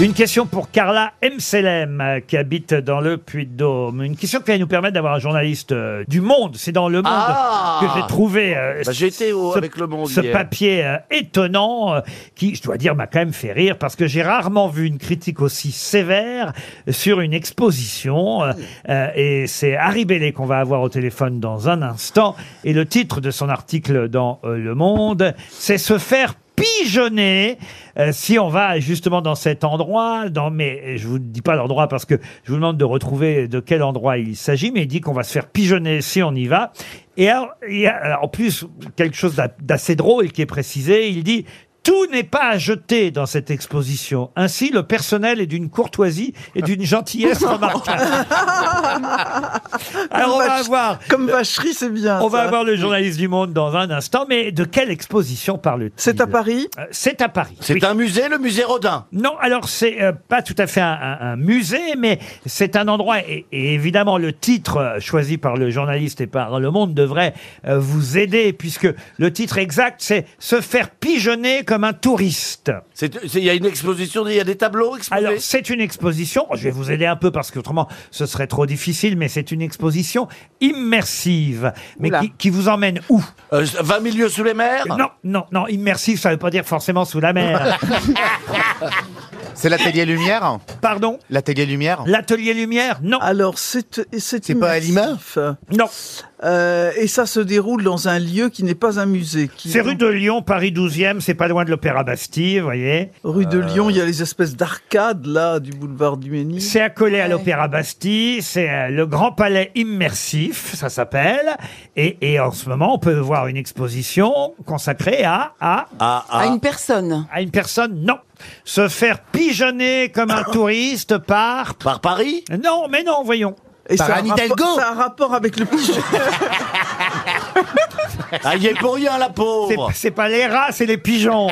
Une question pour Carla Mselem, euh, qui habite dans le Puy-de-Dôme. Une question qui va nous permettre d'avoir un journaliste euh, du Monde. C'est dans le Monde Ah que j'ai trouvé euh, Bah, j'ai été au- ce- avec Le Monde ce hier. papier euh, étonnant euh, qui, je dois dire, m'a quand même fait rire parce que j'ai rarement vu une critique aussi sévère sur une exposition. euh, euh, et c'est Harry Bellé qu'on va avoir au téléphone dans un instant. Et le titre de son article dans euh, Le Monde, c'est se faire pigeonner Euh, si on va justement dans cet endroit dans mais je vous dis pas l'endroit parce que je vous demande de retrouver de quel endroit il s'agit mais il dit qu'on va se faire pigeonner si on y va et alors, il y a- alors, en plus quelque chose d'a- d'assez drôle qui est précisé il dit tout n'est pas à jeter dans cette exposition. Ainsi, le personnel est d'une courtoisie et d'une gentillesse remarquable. Alors, on va avoir Comme vacherie, c'est bien. on va ça. avoir le journaliste du monde dans un instant, mais de quelle exposition parle-t-il C'est à Paris Euh, C'est à Paris. C'est oui. un musée, le musée Rodin. Non, alors c'est euh, pas tout à fait un, un- un musée, mais c'est un endroit, et, et évidemment le titre euh, choisi par le journaliste et par Le Monde devrait euh, vous aider, puisque le titre exact c'est « Se faire pigeonner comme un touriste ». C'est- c'est- Il y a une exposition, il y a des tableaux exposés. Alors, c'est une exposition, je vais vous aider un peu parce qu'autrement ce serait trop difficile, mais c'est une exposition immersive, mais Oula. qui, qui vous emmène où Euh, 20 milieux sous les mers Non, non, non, immersive, ça veut pas dire forcément sous la mer. C'est l'atelier Lumière Pardon L'atelier Lumière L'atelier lumière Non, Alors, c'est. et C'est C'est pas à Lima immersif. non. Euh, Et ça se déroule dans un lieu qui n'est pas un musée. qui- C'est rue de Lyon, Paris 12e, c'est pas loin de l'Opéra Bastille, vous voyez. Rue de Lyon, il y a les espèces d'arcades, là, du boulevard du Ménil. C'est accolé à l'Opéra Bastille, c'est euh, le Grand Palais Immersif, ça s'appelle. Et, et en ce moment, on peut voir une exposition consacrée à, à, Ah, ah. À une personne. à une personne, non. Se faire pigeonner comme un touriste par... Par Paris Non, mais non, voyons. Et Par ça a Anne un rapport- Hidalgo ça a un rapport avec le pigeon. Ah, il y est pour rien, la C'est- pauvre C'est pas les rats, c'est les pigeons.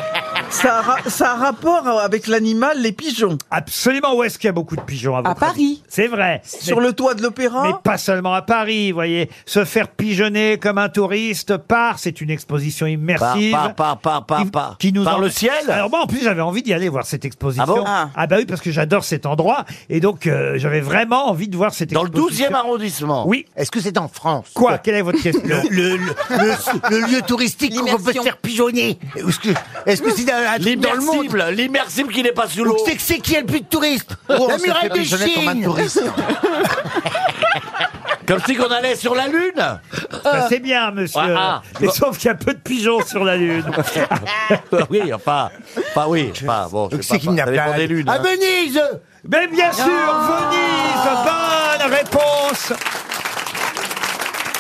ça, a ra- ça a un rapport avec l'animal, les pigeons. Absolument, où est-ce qu'il y a beaucoup de pigeons à, À votre avis Paris. C'est vrai. Sur Mais- le toit de Mais l'opéra pas seulement à Paris, vous voyez. Se faire pigeonner comme un touriste par, c'est une exposition Par, immersive. par, par, par, par, qui- par. qui nous Par en- le ciel Alors moi, en plus, j'avais envie d'y aller voir cette exposition. Ah bon Ah. bah oui, parce que j'adore cet endroit. Et donc, euh, j'avais vraiment envie de voir cette Dans le exposition. 12e arrondissement Oui. Est-ce que c'est en France Quoi Quelle est votre question le, le, le- le lieu touristique qu'on peut se faire pigeonner Est-ce que est-ce que c'est dans, un truc dans le monde Ah, L'immersible, l'immersible qui n'est pas sous Ou l'eau. c'est c'est qui a le plus de touristes La muraille de Chine Comme si qu'on allait sur la Lune. Bah, C'est bien, monsieur. Ah, ah. Mais sauf qu'il y a peu de pigeons sur la Lune. oui, enfin, pas oui, enfin, bon, je Donc sais c'est pas, qu'il n'y a ça dépend pas des lunes. À hein. Venise Mais bien sûr, Venise, bonne réponse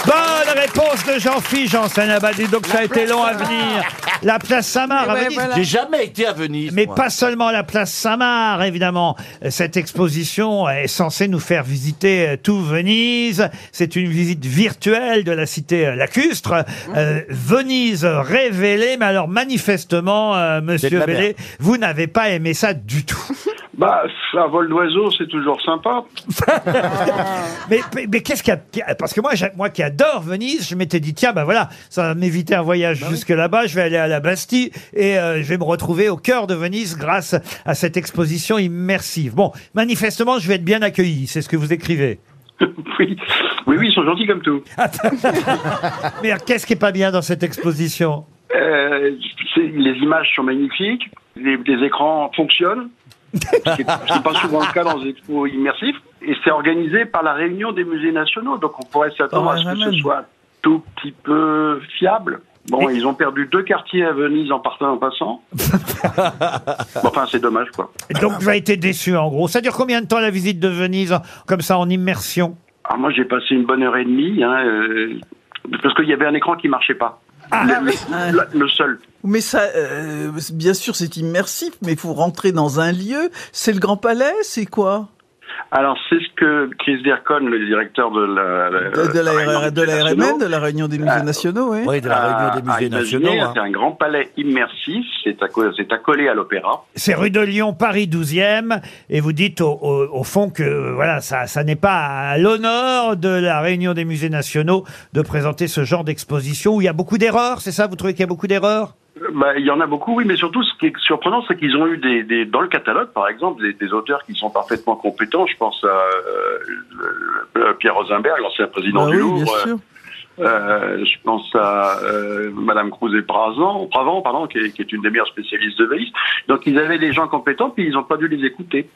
Bonne réponse de Jean-Philippe Janssen Abadi, donc ça a été long à venir. La place Samar à Venise. J'ai jamais été à Venise. Mais moi. pas seulement la place Samar, évidemment. Cette exposition est censée nous faire visiter euh, tout Venise. C'est une visite virtuelle de la cité euh, lacustre. Euh, Venise révélée, mais alors manifestement, euh, de monsieur la merde. Bellé, vous n'avez pas aimé ça du tout. Bah, un vol d'oiseau, c'est toujours sympa. Mais, mais, mais qu'est-ce qu'il y a Parce que moi, j'a- moi qui adore Venise, je m'étais dit, tiens, ben voilà, ça va m'éviter un voyage jusque là-bas, je vais aller à la Bastille et euh, je vais me retrouver au cœur de Venise grâce à cette exposition immersive. Bon, manifestement, je vais être bien accueilli, c'est ce que vous écrivez. oui. oui, oui, ils sont gentils comme tout. Mais alors, qu'est-ce qui est pas bien dans cette exposition Euh, c'est- les images sont magnifiques, les, les écrans fonctionnent. ce qui n'est pas souvent le cas dans les expos immersifs. Et c'est organisé par la réunion des musées nationaux. Donc on pourrait s'attendre Par à ce que ce RMN. soit un tout petit peu fiable. Bon, ils ont perdu deux quartiers à Venise en partant en passant. Bon, enfin, c'est dommage, quoi. Donc, vous avez été déçu, en gros. Ça dure combien de temps la visite de Venise, comme ça, en immersion Alors moi, j'ai passé une bonne heure et demie, hein, euh, parce qu'il y avait un écran qui marchait pas. le, Ah. le- le seul. Mais ça, euh, c'est- bien sûr, c'est immersif, mais il faut rentrer dans un lieu. C'est le Grand Palais, c'est quoi Alors, c'est ce que Chris Dercon, le directeur de la, de, de la, RR de la RMN, de la Réunion des musées Ah. nationaux, oui. Oui, de la a- réunion des a musées imaginé, nationaux. hein. C'est un grand palais immersif, c'est acco- c'est accolé à l'opéra. C'est rue de Lyon, Paris 12e, et vous dites au, au- au fond que euh, voilà, ça, ça n'est pas à l'honneur de la réunion des musées nationaux de présenter ce genre d'exposition où il y a beaucoup d'erreurs, c'est ça Vous trouvez qu'il y a beaucoup d'erreurs Bah, il y en a beaucoup, oui, mais surtout, ce qui est surprenant, c'est qu'ils ont eu des, des- dans le catalogue, par exemple, des, des auteurs qui sont parfaitement compétents. Je pense à euh, le- le- Pierre Rosenberg, l'ancien président Bah du oui, bien Louvre. sûr. Euh, je pense à euh, Madame Crouzet-Bravant, Bravant, pardon, qui est, qui est une des meilleures spécialistes de Vélis. Donc, ils avaient des gens compétents, puis ils n'ont pas dû les écouter.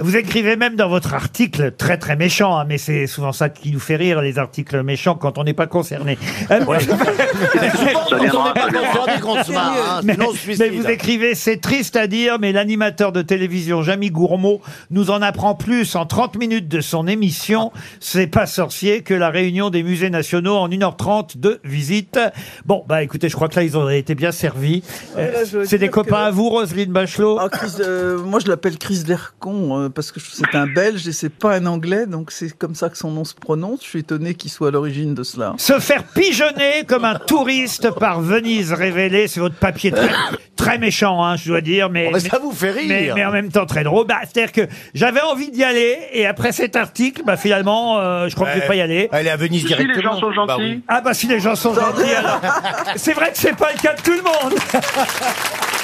Vous écrivez même dans votre article très très méchant, hein, mais c'est souvent ça qui nous fait rire, les articles méchants, quand on n'est pas concerné. Euh, Ça viendra. ça viendra. Attendez qu'on se marre, hein, mais, sinon on se mais suicide. vous écrivez, c'est triste à dire, mais l'animateur de télévision Jamy Gourmaud nous en apprend plus en 30 minutes de son émission. C'est pas sorcier que la réunion des musées nationaux en 1h30 de visite. Bon, bah écoutez, je crois que là, ils auraient été bien servis. Ouais, Ah, là, je Euh, dois c'est des dire copains que- à vous, Roselyne Bachelot Ah, Chris, euh, moi, je l'appelle Chris Lercon euh, parce que je- c'est un Belge et c'est pas un Anglais, donc c'est comme ça que son nom se prononce. Je suis étonné qu'il soit à l'origine de cela. Se faire pigeonner comme un touriste par Venise révélée, c'est votre papier très, très méchant, hein, je dois dire, mais, Mais ça vous fait rire. mais, mais en même temps très drôle. Bah, C'est-à-dire que j'avais envie d'y aller, et après cet article, bah, finalement, euh, je crois que je vais Ouais. pas y aller. Elle est à Venise Si directement. les gens sont Bah gentils, oui. Ah bah si les gens sont gentils, alors. c'est vrai que c'est pas le cas de tout le monde.